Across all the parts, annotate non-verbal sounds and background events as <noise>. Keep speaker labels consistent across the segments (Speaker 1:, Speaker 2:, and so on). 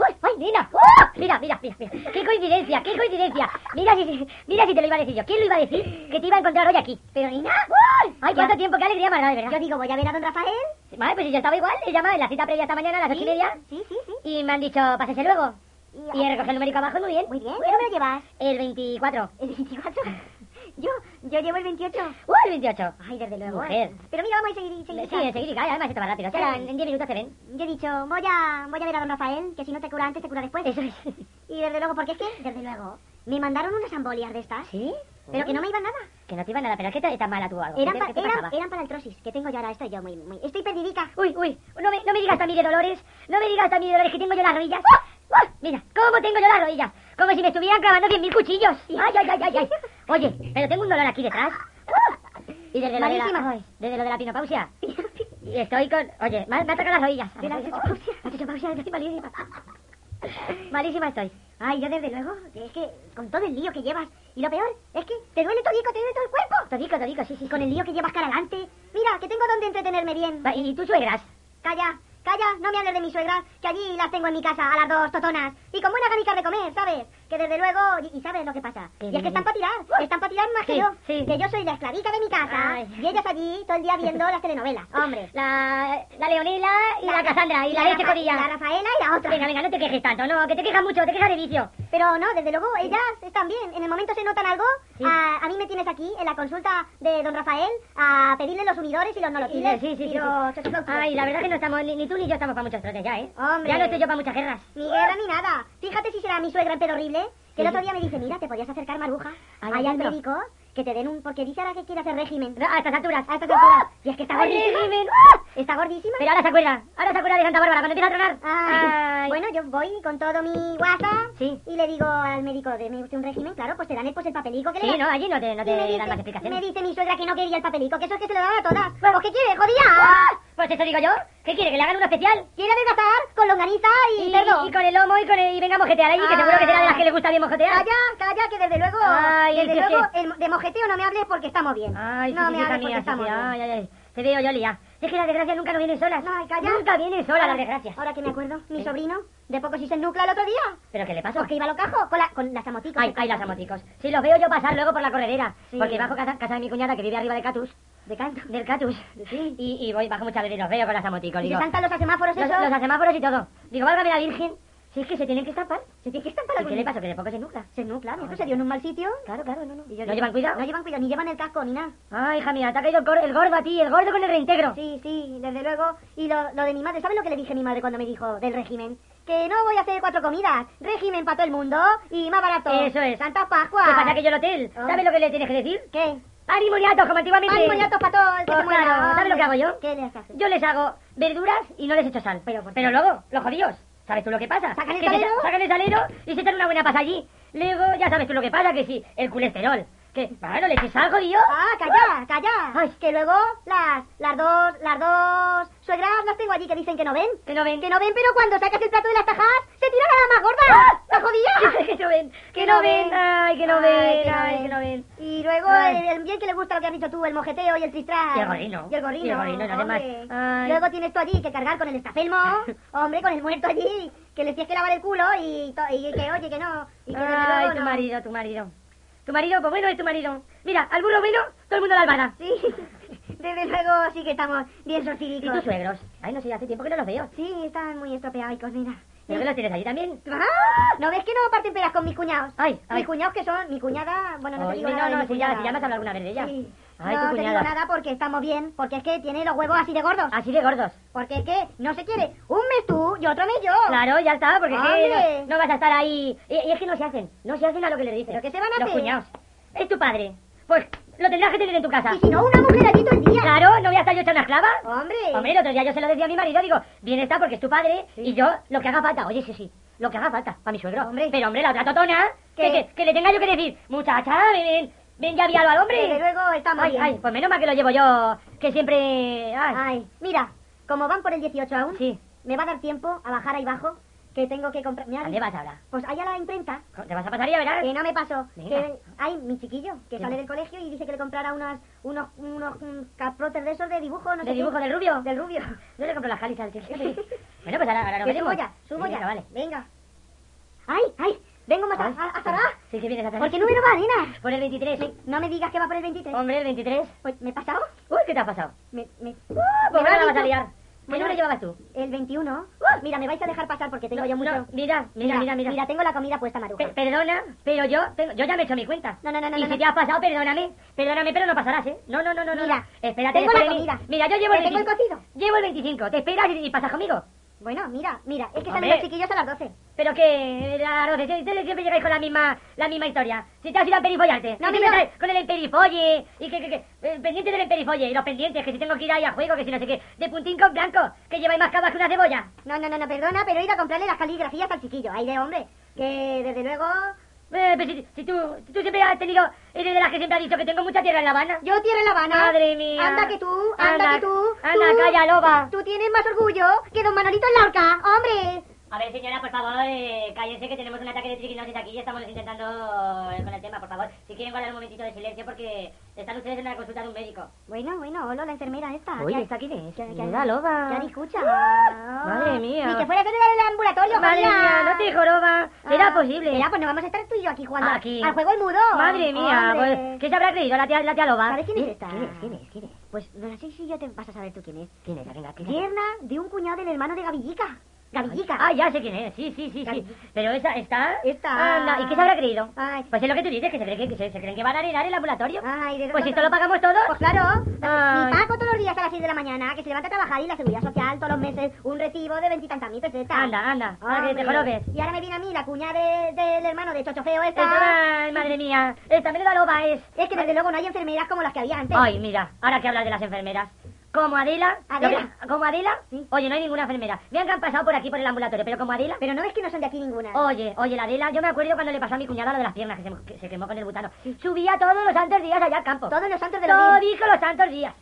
Speaker 1: ¡Uy, ay, Nina! ¡Ah! Mira, mira, mira, mira. ¡Qué coincidencia, qué coincidencia! Mira si, mira si te lo iba a decir yo. ¿Quién lo iba a decir que te iba a encontrar hoy aquí?
Speaker 2: Pero Nina,
Speaker 1: ¡Uy! ¡Ay, cuánto tiempo, qué alegría más, de verdad!
Speaker 2: yo digo, voy a ver a don Rafael.
Speaker 1: Vale, pues si yo estaba igual, he llamado en la cita previa esta mañana a las ocho y media
Speaker 2: Sí, sí, sí.
Speaker 1: y me han dicho, pásese luego. Y he recogido el numérico abajo, muy bien.
Speaker 2: Muy bien, ¿qué número llevas?
Speaker 1: El 24.
Speaker 2: ¿El 24? <laughs> Yo, yo llevo el 28.
Speaker 1: ¡Uh, el 28!
Speaker 2: Ay, desde luego.
Speaker 1: Mujer.
Speaker 2: Pero mira, vamos a seguir, seguir.
Speaker 1: Sí, enseguida, y cae, además esto va rápido. O sea, en en 10 minutos se ven.
Speaker 2: Yo he dicho, voy a, voy a ver a don Rafael, que si no te cura antes, te cura después.
Speaker 1: Eso es.
Speaker 2: Y desde luego, porque es que, desde luego, me mandaron unas embolias de estas,
Speaker 1: ¿Sí?
Speaker 2: pero que no me iban nada.
Speaker 1: Que no te iba nada, pero es que tan mala tú o algo.
Speaker 2: Eran,
Speaker 1: ¿Qué
Speaker 2: pa-
Speaker 1: te- qué te
Speaker 2: eran-
Speaker 1: pasaba?
Speaker 2: eran para el trosis, que tengo yo ahora, estoy yo muy, muy... Estoy perdidica.
Speaker 1: Uy, uy, no me, no me digas a mí de dolores, no me digas a mí de dolores que tengo yo las rodillas. ¡Ah! ¡Ah! Mira, ¿cómo tengo yo las rodillas? Como si me estuvieran clavando 100.000 cuchillos. Ay, ay, ay, ay, ay. Oye, pero tengo un dolor aquí detrás. ¡Ah! Y desde lo, de
Speaker 2: Malísima.
Speaker 1: la, ay, desde lo de la pinopausia. Y estoy con... Oye, me, ha- me ha tocado las rodillas.
Speaker 2: De la pinopausia.
Speaker 1: La pinopausia, estoy malísima. Malísima estoy.
Speaker 2: Ay, yo desde luego, es que con todo el lío que llevas, y lo peor es que te duele todico, te duele todo el cuerpo.
Speaker 1: Todico, todico, sí, sí.
Speaker 2: Con el lío que llevas cara adelante. Mira, que tengo donde entretenerme bien.
Speaker 1: Va, ¿Y tú suegras?
Speaker 2: Calla, calla, no me hables de mi suegra, que allí las tengo en mi casa, a las dos totonas. Y con buena ganica de comer, ¿sabes? Que desde luego, y, y sabes lo que pasa.
Speaker 1: ¿Qué
Speaker 2: y es
Speaker 1: dices?
Speaker 2: que están para tirar, están para tirar más que
Speaker 1: Sí,
Speaker 2: yo.
Speaker 1: sí.
Speaker 2: Que yo soy la esclavica de mi casa,
Speaker 1: Ay.
Speaker 2: y ellas allí todo el día viendo las telenovelas. Hombre.
Speaker 1: La, la Leonela y la, Cassandra y la, leche
Speaker 2: Rafa-
Speaker 1: codilla.
Speaker 2: La Rafaela y la otra.
Speaker 1: Venga, venga, no te quejes tanto, no, que te quejas mucho, te quejas de vicio.
Speaker 2: Pero no, desde luego, ellas están bien. En el momento se notan algo.
Speaker 1: Sí.
Speaker 2: A, a mí me tienes aquí, en la consulta de don Rafael, a pedirle los unidores y los nolotiles.
Speaker 1: Sí, sí, sí,
Speaker 2: y
Speaker 1: sí.
Speaker 2: los chosilotiles.
Speaker 1: Ay, la verdad que no estamos, ni, ni tú ni yo estamos para muchos trotes ya, ¿eh?
Speaker 2: Hombre.
Speaker 1: Ya no estoy yo para muchas guerras.
Speaker 2: Ni guerra ni nada. Fíjate si será mi suegra en pedo horrible, que el otro día me dice, mira, te podías acercar maruja.
Speaker 1: Al
Speaker 2: Allá al
Speaker 1: médico.
Speaker 2: médico, que te den un... Porque dice ahora que quiere hacer régimen.
Speaker 1: No, a estas alturas, a
Speaker 2: A estas
Speaker 1: estas
Speaker 2: alturas.
Speaker 1: alturas.
Speaker 2: Y es que está
Speaker 1: ¡Ay,
Speaker 2: gordísima.
Speaker 1: régimen!
Speaker 2: ¡Ah! Está gordísima.
Speaker 1: Pero ahora se acuerda, ahora se acuerda de Santa Bárbara cuando empieza a tronar.
Speaker 2: Ay.
Speaker 1: Ay.
Speaker 2: Bueno, yo voy con todo mi WhatsApp
Speaker 1: Sí.
Speaker 2: y le digo al médico, deme usted un régimen, claro, pues te dan el, pues el papelico que le
Speaker 1: Sí,
Speaker 2: dan.
Speaker 1: no, allí no te, no
Speaker 2: Y
Speaker 1: te
Speaker 2: me
Speaker 1: dan más
Speaker 2: dice, me
Speaker 1: explicaciones.
Speaker 2: dice mi suegra que no quería el papelico, que eso es que se lo dan a todas. Pues, ¿qué quiere, jodida?
Speaker 1: Pues eso digo yo, ¿qué quiere, que le hagan uno especial?
Speaker 2: Quiere adelgazar con longaniza y, cerdo.
Speaker 1: y Ah. con el lomo y, con el, y venga a mojetear allí, que seguro que será de las que le gusta bien mojetear.
Speaker 2: Calla, calla, que desde luego,
Speaker 1: Ay,
Speaker 2: desde
Speaker 1: dices
Speaker 2: luego,
Speaker 1: que-
Speaker 2: el- de mojeteo no me hables porque estamos bien.
Speaker 1: Ay,
Speaker 2: no
Speaker 1: sí,
Speaker 2: me
Speaker 1: sí,
Speaker 2: hables
Speaker 1: mía,
Speaker 2: porque
Speaker 1: sí,
Speaker 2: estamos
Speaker 1: sí,
Speaker 2: bien.
Speaker 1: ay, ay, ay. Te veo yo lía. Es que las desgracias nunca nos vienen solas.
Speaker 2: Ay, calla.
Speaker 1: Nunca vienen solas las desgracias.
Speaker 2: Ahora que me acuerdo, mi
Speaker 1: Sí.
Speaker 2: sobrino, de poco sí se nucla el otro día.
Speaker 1: ¿Pero qué le pasó?
Speaker 2: Porque iba a lo cajo con, la, con las amoticos.
Speaker 1: Ay, ay, las amoticos. Si los veo yo pasar luego por la corredera.
Speaker 2: Sí.
Speaker 1: Porque bajo casa, casa de mi cuñada que vive arriba de Catus.
Speaker 2: De canto.
Speaker 1: Del Catus.
Speaker 2: Sí.
Speaker 1: Y, y voy bajo muchas veces y los veo con las amoticos.
Speaker 2: Y se
Speaker 1: Digo,
Speaker 2: saltan los asemáforos
Speaker 1: los,
Speaker 2: esos.
Speaker 1: los asemáforos y todo. Digo, válgame la virgen. Si es que se tienen que estampar.
Speaker 2: Se tiene que estar para
Speaker 1: ¿Y qué le pasó? Que de poco se nubla.
Speaker 2: Se nucla, mi hijo se dio en un mal sitio.
Speaker 1: Claro, claro, no, no.
Speaker 2: Y yo
Speaker 1: ¿No
Speaker 2: digo,
Speaker 1: llevan cuidado?
Speaker 2: No llevan cuidado, ni llevan el casco ni nada.
Speaker 1: Ay, hija mía, te ha caído el, gor- el gordo a ti, el gordo con el reintegro.
Speaker 2: Sí, sí, desde luego. Y lo, lo de mi madre, ¿sabes lo que le dije a mi madre cuando me dijo del régimen? Que no voy a hacer cuatro comidas. Régimen para todo el mundo y más barato.
Speaker 1: Eso es.
Speaker 2: Santa
Speaker 1: ¿Qué
Speaker 2: Pascua.
Speaker 1: pasa que yo el hotel?
Speaker 2: Ah.
Speaker 1: ¿Sabes lo que le tienes que decir?
Speaker 2: ¿Qué?
Speaker 1: ¡Ari moniatos, como antiguamente!
Speaker 2: Pan y moñatos para todo el que
Speaker 1: Pues
Speaker 2: se muera,
Speaker 1: claro, ¿sabes lo que hago yo?
Speaker 2: ¿Qué le haces?
Speaker 1: Yo les hago verduras y no les echo sal.
Speaker 2: Pero, ¿por qué?
Speaker 1: luego, los jodidos, ¿sabes tú lo que pasa?
Speaker 2: Sacan el
Speaker 1: Que se-
Speaker 2: salero.
Speaker 1: sacan el salero y se echan una buena pasa allí. Luego, ya sabes tú lo que pasa, que sí, el colesterol. Que, bueno, le eches algo y yo...
Speaker 2: Ah, calla, calla.
Speaker 1: Ay.
Speaker 2: que luego las, las dos, las dos suegras las tengo allí que dicen que no ven.
Speaker 1: Que no ven,
Speaker 2: Que no ven, pero cuando sacas el plato de las tajadas, se tira la más
Speaker 1: ¡Ah!
Speaker 2: gorda. ¡La
Speaker 1: <laughs>
Speaker 2: jodida!
Speaker 1: que no ven, que no ven, ay, que no ven, ay, que no ven.
Speaker 2: Y luego
Speaker 1: Ay.
Speaker 2: el, el bien que le gusta lo que has dicho tú, el mojeteo y el tristral.
Speaker 1: Y el Ah. gorrino.
Speaker 2: Y el gorrino.
Speaker 1: Y el gorrino, no, además.
Speaker 2: hombre.
Speaker 1: Ay.
Speaker 2: Luego tienes tú allí que cargar con
Speaker 1: <laughs>
Speaker 2: el estafelmo, hombre, con el muerto allí, que les tienes que lavar el culo y, to- y que oye, que no. Y que desde
Speaker 1: Ay,
Speaker 2: luego
Speaker 1: tu
Speaker 2: no.
Speaker 1: marido, tu marido. Tu marido, pues bueno es tu marido. Mira, al burro bueno, todo el mundo la albada.
Speaker 2: Sí, <laughs> desde luego sí que estamos bien
Speaker 1: ¿Y tus
Speaker 2: sorcidicos.
Speaker 1: suegros? Ay, no sé, hace tiempo que no los veo.
Speaker 2: Sí, están muy estropeadicos, mira.
Speaker 1: ¿Pero que los tienes allí también?
Speaker 2: ¡Ah! ¿No ves que no parten peras con mis cuñados?
Speaker 1: Ay, ay.
Speaker 2: Mis cuñados que son, mi cuñada, bueno, no te
Speaker 1: Ay,
Speaker 2: digo
Speaker 1: no,
Speaker 2: nada de
Speaker 1: no,
Speaker 2: mi
Speaker 1: si ya-
Speaker 2: cuñada.
Speaker 1: si ya me has hablado alguna vez de ella.
Speaker 2: Sí.
Speaker 1: Ay,
Speaker 2: no
Speaker 1: tu
Speaker 2: te digo
Speaker 1: cuñada.
Speaker 2: nada porque estamos bien, porque es que tiene los huevos así de gordos.
Speaker 1: Así de gordos.
Speaker 2: Porque es que no se quiere un mes tú y otro mes yo.
Speaker 1: Claro, ya está, porque es que
Speaker 2: ¡Hombre!
Speaker 1: no, no vas a estar ahí. Y, y es que no se hacen, no se hacen a lo que le dicen.
Speaker 2: ¿Pero qué se van a
Speaker 1: Los
Speaker 2: hacer?
Speaker 1: cuñados. Es tu padre. Pues lo tendrás que tener en tu casa.
Speaker 2: Y si no, una mujer allí todo el día.
Speaker 1: Claro, ¿no voy a estar yo hecha una esclava?
Speaker 2: Hombre.
Speaker 1: Hombre, el otro día yo se lo decía a mi marido, digo, bien está porque es tu padre y yo lo que haga falta. Oye, sí, sí, lo que haga falta, para mi suegro.
Speaker 2: Hombre.
Speaker 1: Pero, hombre, la otra totona, que,
Speaker 2: ¿Qué?
Speaker 1: que- que le tenga yo que decir, muchacha, ven, ven, ven ya vialo al hombre.
Speaker 2: Desde luego está muy
Speaker 1: ay,
Speaker 2: bien.
Speaker 1: ay, pues menos mal que lo llevo yo, que siempre... Ay,
Speaker 2: Ay, mira, como van por el 18 aún,
Speaker 1: Sí.
Speaker 2: me va a dar tiempo a bajar ahí abajo, que tengo que comprar...
Speaker 1: ¿a
Speaker 2: Mira,
Speaker 1: ¿dónde vas ahora?
Speaker 2: Pues allá la imprenta,
Speaker 1: ¿Te vas a pasar ya, verás?
Speaker 2: que no me pasó.
Speaker 1: Venga.
Speaker 2: Que hay mi chiquillo, que
Speaker 1: Sí.
Speaker 2: sale del colegio y dice que le comprara unas, unos, unos mm, caprotes de esos de dibujo, no sé
Speaker 1: ¿De dibujo
Speaker 2: qué.
Speaker 1: del rubio?
Speaker 2: Del rubio.
Speaker 1: Yo le compro las calizas
Speaker 2: <laughs>
Speaker 1: al chiquillo. Bueno, pues ahora, ahora lo
Speaker 2: que
Speaker 1: veremos.
Speaker 2: subo ya, subo
Speaker 1: Venga,
Speaker 2: ya. Ah,
Speaker 1: vale.
Speaker 2: Venga. Ay, ay, vengo más a,
Speaker 1: Ay,
Speaker 2: a, hasta ahora.
Speaker 1: Sí, que vienes hasta
Speaker 2: ¿Por qué número va, nena?
Speaker 1: Por el 23.
Speaker 2: No me digas que va por el 23.
Speaker 1: Hombre, el 23.
Speaker 2: Pues, ¿me he pasado?
Speaker 1: Uy, ¿qué te ha pasado?
Speaker 2: Me, me...
Speaker 1: ¿Por
Speaker 2: me
Speaker 1: qué
Speaker 2: ha
Speaker 1: la vas
Speaker 2: dicho-
Speaker 1: a liar? ¿Qué
Speaker 2: pues Bueno,
Speaker 1: número llevabas tú?
Speaker 2: El 21. Mira, me vais a dejar pasar porque tengo
Speaker 1: No,
Speaker 2: yo mucho...
Speaker 1: no, mira, mira, mira, mira.
Speaker 2: tengo la comida puesta, Maruja.
Speaker 1: Pe- perdona, pero yo tengo- yo ya me he hecho mi cuenta.
Speaker 2: No, no, no, no,
Speaker 1: Y
Speaker 2: no,
Speaker 1: si
Speaker 2: no.
Speaker 1: te has pasado, perdóname. Perdóname, pero no pasarás, ¿eh? No, no, no, no. no,
Speaker 2: Mira,
Speaker 1: no. Espérate,
Speaker 2: tengo
Speaker 1: después
Speaker 2: la
Speaker 1: de mí.
Speaker 2: comida.
Speaker 1: Mira, yo llevo el
Speaker 2: Te tengo el
Speaker 1: 25.
Speaker 2: cocido.
Speaker 1: Llevo el 25. Te esperas y, y pasas conmigo.
Speaker 2: Bueno, mira, mira, es que
Speaker 1: Hombre.
Speaker 2: salen los chiquillos a las 12.
Speaker 1: Pero que, la Rose, si ustedes siempre llegáis con la misma, la misma historia. Si te has ido a emperifollarte.
Speaker 2: No,
Speaker 1: y
Speaker 2: mira.
Speaker 1: siempre estáis con el emperifolle. Y que, que, que, eh, pendiente del emperifolle. Y los pendientes, que si tengo que ir ahí a juego, que si no sé qué. De puntín con blanco, que lleváis más cabas que una cebolla.
Speaker 2: No, no, no, no, perdona, pero he ido a comprarle las caligrafías al chiquillo. Ay, de hombre, que desde luego...
Speaker 1: Eh, pero si, si tú, si tú siempre has tenido, eres de las que siempre has dicho que tengo mucha tierra en La Habana.
Speaker 2: Yo tierra en La Habana.
Speaker 1: Madre mía.
Speaker 2: ¿Ah? Anda que tú, anda,
Speaker 1: Anda,
Speaker 2: que tú.
Speaker 1: anda,
Speaker 2: tú-
Speaker 1: calla, loba.
Speaker 2: Tú tienes más orgullo que don Manolito en Lorca, hombre.
Speaker 1: A ver, señora, por favor, eh, cállense que tenemos un ataque de triquinosis aquí y estamos intentando eh, con el tema, por favor. Si quieren guardar un momentito de silencio porque están ustedes en la consulta de un médico.
Speaker 2: Bueno, bueno, hola, la enfermera esta.
Speaker 1: Oye,
Speaker 2: ¿Qué-
Speaker 1: ¿esta quién es?
Speaker 2: qué- qué-
Speaker 1: Menuda loba.
Speaker 2: ¿Qué escucha?
Speaker 1: ¡Ah! Madre mía.
Speaker 2: Ni que fuera que era el ambulatorio,
Speaker 1: Madre
Speaker 2: Juanina.
Speaker 1: mía, no te joroba.
Speaker 2: Ah,
Speaker 1: ¿Será posible?
Speaker 2: Mira, pues no vamos a estar tú y yo aquí jugando
Speaker 1: Aquí.
Speaker 2: al juego el mudo.
Speaker 1: Madre mía,
Speaker 2: Hombre.
Speaker 1: pues, ¿qué se habrá creído la tía, la tía loba? Eh,
Speaker 2: ¿Sabes quién es esta?
Speaker 1: ¿Quién es? ¿Quién es? ¿Quién es?
Speaker 2: Pues no sé si yo te vas a saber tú quién es.
Speaker 1: ¿Quién es? Venga, ¿quién es?
Speaker 2: Pierna de un cuñado del hermano de Gavillica. Gavillica.
Speaker 1: Ah, ya sé quién es, sí, sí, sí, sí.
Speaker 2: Gavillica.
Speaker 1: Pero esa, está...
Speaker 2: Esta.
Speaker 1: Anda, ¿y qué se habrá creído?
Speaker 2: Ay.
Speaker 1: Pues es lo que tú dices, que se, cree que, que se, se creen que van a arenar el ambulatorio.
Speaker 2: Ay, de
Speaker 1: Pues si esto lo pagamos todos.
Speaker 2: Pues claro,
Speaker 1: Ay.
Speaker 2: mi Paco todos los días a las 6 de la mañana, que se levanta a trabajar y la seguridad social todos los meses, un recibo de veintitantas mil pesetas.
Speaker 1: Anda, anda, ahora que te
Speaker 2: Hombre.
Speaker 1: jorobes.
Speaker 2: Y ahora me viene a mí la cuña de- del hermano de Chocho Feo
Speaker 1: Esta-
Speaker 2: esta.
Speaker 1: Ay, madre mía, esta menuda loba es.
Speaker 2: Es que desde luego no hay enfermeras como las que había antes.
Speaker 1: Ay, mira, ahora que hablas de las enfermeras. Como Adela. lo
Speaker 2: Adela.
Speaker 1: que- como Adela.
Speaker 2: Sí.
Speaker 1: Oye, no hay ninguna enfermera. Vean que han pasado por aquí por el ambulatorio, pero como Adela.
Speaker 2: Pero no ves que no son de aquí ninguna.
Speaker 1: Oye, oye, la Adela, yo me acuerdo cuando le pasó a mi cuñada lo de las piernas, que se, que se quemó con el butano. Subía todos los santos días allá al campo.
Speaker 2: Todos los santos de los
Speaker 1: Todo
Speaker 2: días.
Speaker 1: dijo los santos días.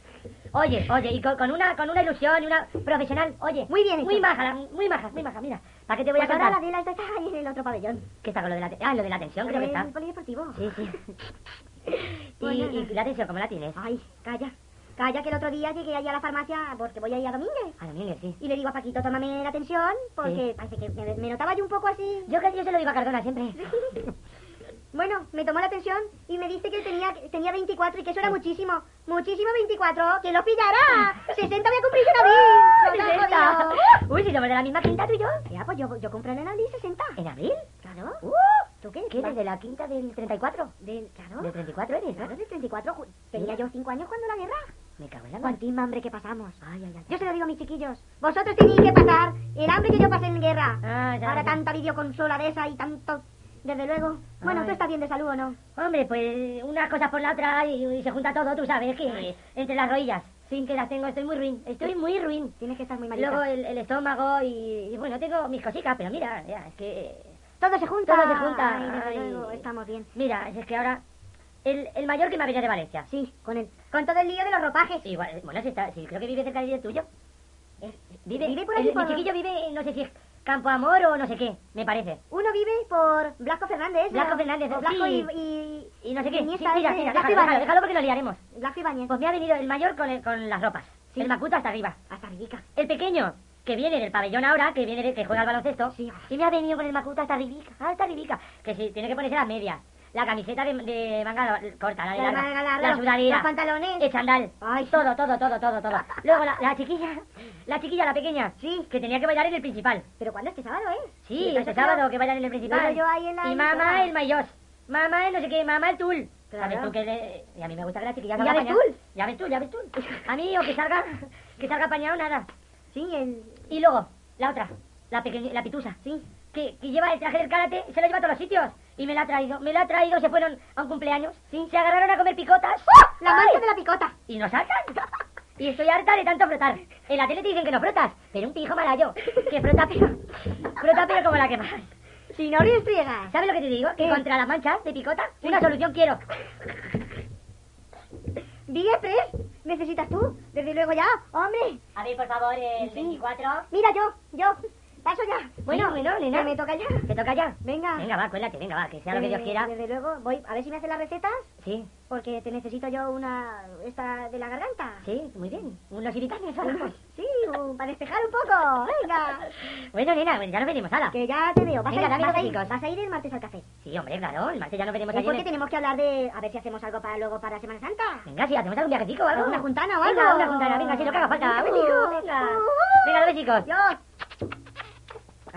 Speaker 1: Oye, oye, y con, con una con una ilusión y una profesional, oye.
Speaker 2: Muy bien hecho.
Speaker 1: Muy maja, la- muy maja, muy maja, mira. ¿Para qué te voy
Speaker 2: Pues
Speaker 1: a
Speaker 2: ahora
Speaker 1: contar?
Speaker 2: la de la está ahí en el otro pabellón.
Speaker 1: ¿Qué está con lo de la, te- ah, lo de la tensión, creo que
Speaker 2: En
Speaker 1: está.
Speaker 2: el polideportivo.
Speaker 1: Sí, sí.
Speaker 2: <laughs>
Speaker 1: Y,
Speaker 2: Bueno.
Speaker 1: y la tensión, ¿cómo la tienes?
Speaker 2: Pues Ay, calla. Calla que el otro día llegué allí a la farmacia porque voy a ir a Domínguez.
Speaker 1: A Domínguez, sí.
Speaker 2: Y le digo a Paquito, tómame la tensión, porque parece que me, me notaba yo un poco así.
Speaker 1: Yo que yo se lo digo a Cardona siempre.
Speaker 2: Bueno, me tomó la tensión y me dice que tenía, que tenía 24 y que eso era muchísimo. Muchísimo 24, que lo pillará. 60 voy a cumplir en
Speaker 1: <laughs> ¡Ah,
Speaker 2: abril.
Speaker 1: sí,
Speaker 2: ¡No,
Speaker 1: está!
Speaker 2: no, no!
Speaker 1: Uy, si somos de la misma quinta tú y yo.
Speaker 2: Ya, pues yo, yo compré en abril 60.
Speaker 1: ¿En abril?
Speaker 2: Claro.
Speaker 1: Uh,
Speaker 2: ¿Tú qué?
Speaker 1: ¿Qué? ¿Desde la quinta del 34?
Speaker 2: Del, claro.
Speaker 1: ¿Del 34 eres, no?
Speaker 2: Claro, del 34. ju- Tenía yo 5 años cuando la guerra.
Speaker 1: Me cago en la mar.
Speaker 2: Cuantín hambre que pasamos.
Speaker 1: Ay, ay, ay.
Speaker 2: Yo se lo digo a mis chiquillos. Vosotros tenéis que pasar el hambre que yo pasé en guerra.
Speaker 1: Ah, ya,
Speaker 2: Ahora
Speaker 1: ya.
Speaker 2: tanta videoconsola de esa y tanto... Desde luego. Bueno,
Speaker 1: Ay.
Speaker 2: ¿tú estás bien de salud o no?
Speaker 1: Hombre, pues unas cosas por la otra y, y se junta todo, tú sabes, que entre las rodillas. Sí, que las tengo, estoy muy ruin. Estoy muy ruin.
Speaker 2: Tienes que estar muy malita.
Speaker 1: Luego el, el estómago y, y bueno, tengo mis cositas, pero mira, ya, es que...
Speaker 2: Todo se junta.
Speaker 1: Todo se junta.
Speaker 2: Ay, desde
Speaker 1: Ay.
Speaker 2: luego, estamos bien.
Speaker 1: Mira, es que ahora... El, el mayor que me ha venido de Valencia.
Speaker 2: Sí, con el, con todo el lío de los ropajes.
Speaker 1: Igual, eh, bueno, si está, si creo que vive cerca del tuyo.
Speaker 2: Es-
Speaker 1: Vive,
Speaker 2: Vive por aquí,
Speaker 1: el-
Speaker 2: por-
Speaker 1: Mi chiquillo vive, no sé si es Campo Amor o no sé qué, me parece.
Speaker 2: Uno vive por Blasco Fernández.
Speaker 1: Blasco
Speaker 2: o-
Speaker 1: Fernández,
Speaker 2: o Blasco
Speaker 1: sí.
Speaker 2: y, y...
Speaker 1: Y no sé qué.
Speaker 2: y
Speaker 1: Sí,
Speaker 2: esta
Speaker 1: mira,
Speaker 2: vez,
Speaker 1: mira, déjalo,
Speaker 2: Blasco
Speaker 1: déjalo,
Speaker 2: Ibáñez.
Speaker 1: déjalo porque lo liaremos.
Speaker 2: Blasco Ibáñez.
Speaker 1: Pues me ha venido el mayor con, el- con las ropas.
Speaker 2: Sí.
Speaker 1: El macuto hasta arriba.
Speaker 2: Hasta rica.
Speaker 1: El pequeño, que viene del pabellón ahora, que viene de- que juega al baloncesto.
Speaker 2: Sí.
Speaker 1: Y me ha venido con el macuto hasta arribica, hasta arribica. Que sí, tiene que ponerse las medias. La camiseta de, de manga corta, la de
Speaker 2: La
Speaker 1: larga,
Speaker 2: manga larga,
Speaker 1: la
Speaker 2: los-
Speaker 1: sudadera, Eh.
Speaker 2: los pantalones.
Speaker 1: el chandal,
Speaker 2: Ay.
Speaker 1: todo, todo, todo, todo, todo. Luego la, la chiquilla, la chiquilla, la pequeña,
Speaker 2: Sí.
Speaker 1: que tenía que bailar en el principal.
Speaker 2: Pero ¿cuándo? Este sábado, ¿eh?
Speaker 1: Sí,
Speaker 2: Entonces,
Speaker 1: este
Speaker 2: claro,
Speaker 1: sábado que vayan en el principal.
Speaker 2: Luego yo ahí en la
Speaker 1: Y mamá
Speaker 2: emisora.
Speaker 1: el mayor. Mamá el no sé qué, mamá el tul.
Speaker 2: Claro.
Speaker 1: ¿Sabes tú que le... Y a mí me gusta que la chiquilla
Speaker 2: ¿Y
Speaker 1: salga
Speaker 2: ya ves
Speaker 1: apañada.
Speaker 2: tul?
Speaker 1: Ya ves tú, ya ves tú. A mí o que salga, que salga apañado nada.
Speaker 2: Sí, el...
Speaker 1: Y luego, la otra, la pequeña, la pitusa.
Speaker 2: Sí.
Speaker 1: Que, que lleva el traje del karate y se lo lleva a todos los sitios. Y me la ha traído, me la ha traído, se fueron a un cumpleaños. Se agarraron a comer picotas.
Speaker 2: ¡Oh! La
Speaker 1: ¡Ay!
Speaker 2: mancha de la picota.
Speaker 1: Y nos sacan. Y estoy harta de tanto frotar. En la tele te dicen que no frotas, pero un pijo malayo. Que frota pero. Frota pero como la que más.
Speaker 2: Si no riestriegas.
Speaker 1: ¿Sabes lo que te digo? Que contra las manchas de picota, una solución quiero.
Speaker 2: Diepes, ¿necesitas tú? Desde luego ya, hombre.
Speaker 1: A ver, por favor, el 24.
Speaker 2: Mira, yo, yo. Paso ya.
Speaker 1: Bueno, bueno, nena.
Speaker 2: Que me toca ya.
Speaker 1: ¿Te toca ya?
Speaker 2: Venga.
Speaker 1: Venga, va, cuélate, venga, va, que sea lo que
Speaker 2: Eh,
Speaker 1: Dios quiera.
Speaker 2: Desde luego, voy a ver si me hacen las recetas,
Speaker 1: Sí,
Speaker 2: porque te necesito yo una... esta de la garganta.
Speaker 1: sí, muy bien. Unos iritanes, algo.
Speaker 2: Sí, un- para despejar un poco. Venga.
Speaker 1: Bueno, nena, bueno, ya nos veremos, Ala.
Speaker 2: Que ya te veo. Vas,
Speaker 1: Venga,
Speaker 2: a, ir,
Speaker 1: dame
Speaker 2: vas, a
Speaker 1: los
Speaker 2: ir,
Speaker 1: chicos. Pues
Speaker 2: vas a ir el martes al café.
Speaker 1: Sí, hombre, claro, el martes ya nos veremos
Speaker 2: ¿Y
Speaker 1: allí.
Speaker 2: por
Speaker 1: en
Speaker 2: qué
Speaker 1: el-
Speaker 2: tenemos que hablar de... a ver si hacemos algo para luego para Semana Santa?
Speaker 1: Venga, sí, hacemos algún viajecito o algo.
Speaker 2: ¿Alguna juntana o
Speaker 1: Venga,
Speaker 2: algo?
Speaker 1: una juntana, venga, sí, lo que haga falta.
Speaker 2: Venga,
Speaker 1: Ven, hijo,
Speaker 2: venga.
Speaker 1: venga.
Speaker 2: Uh.
Speaker 1: Venga, los chicos.
Speaker 2: Dios.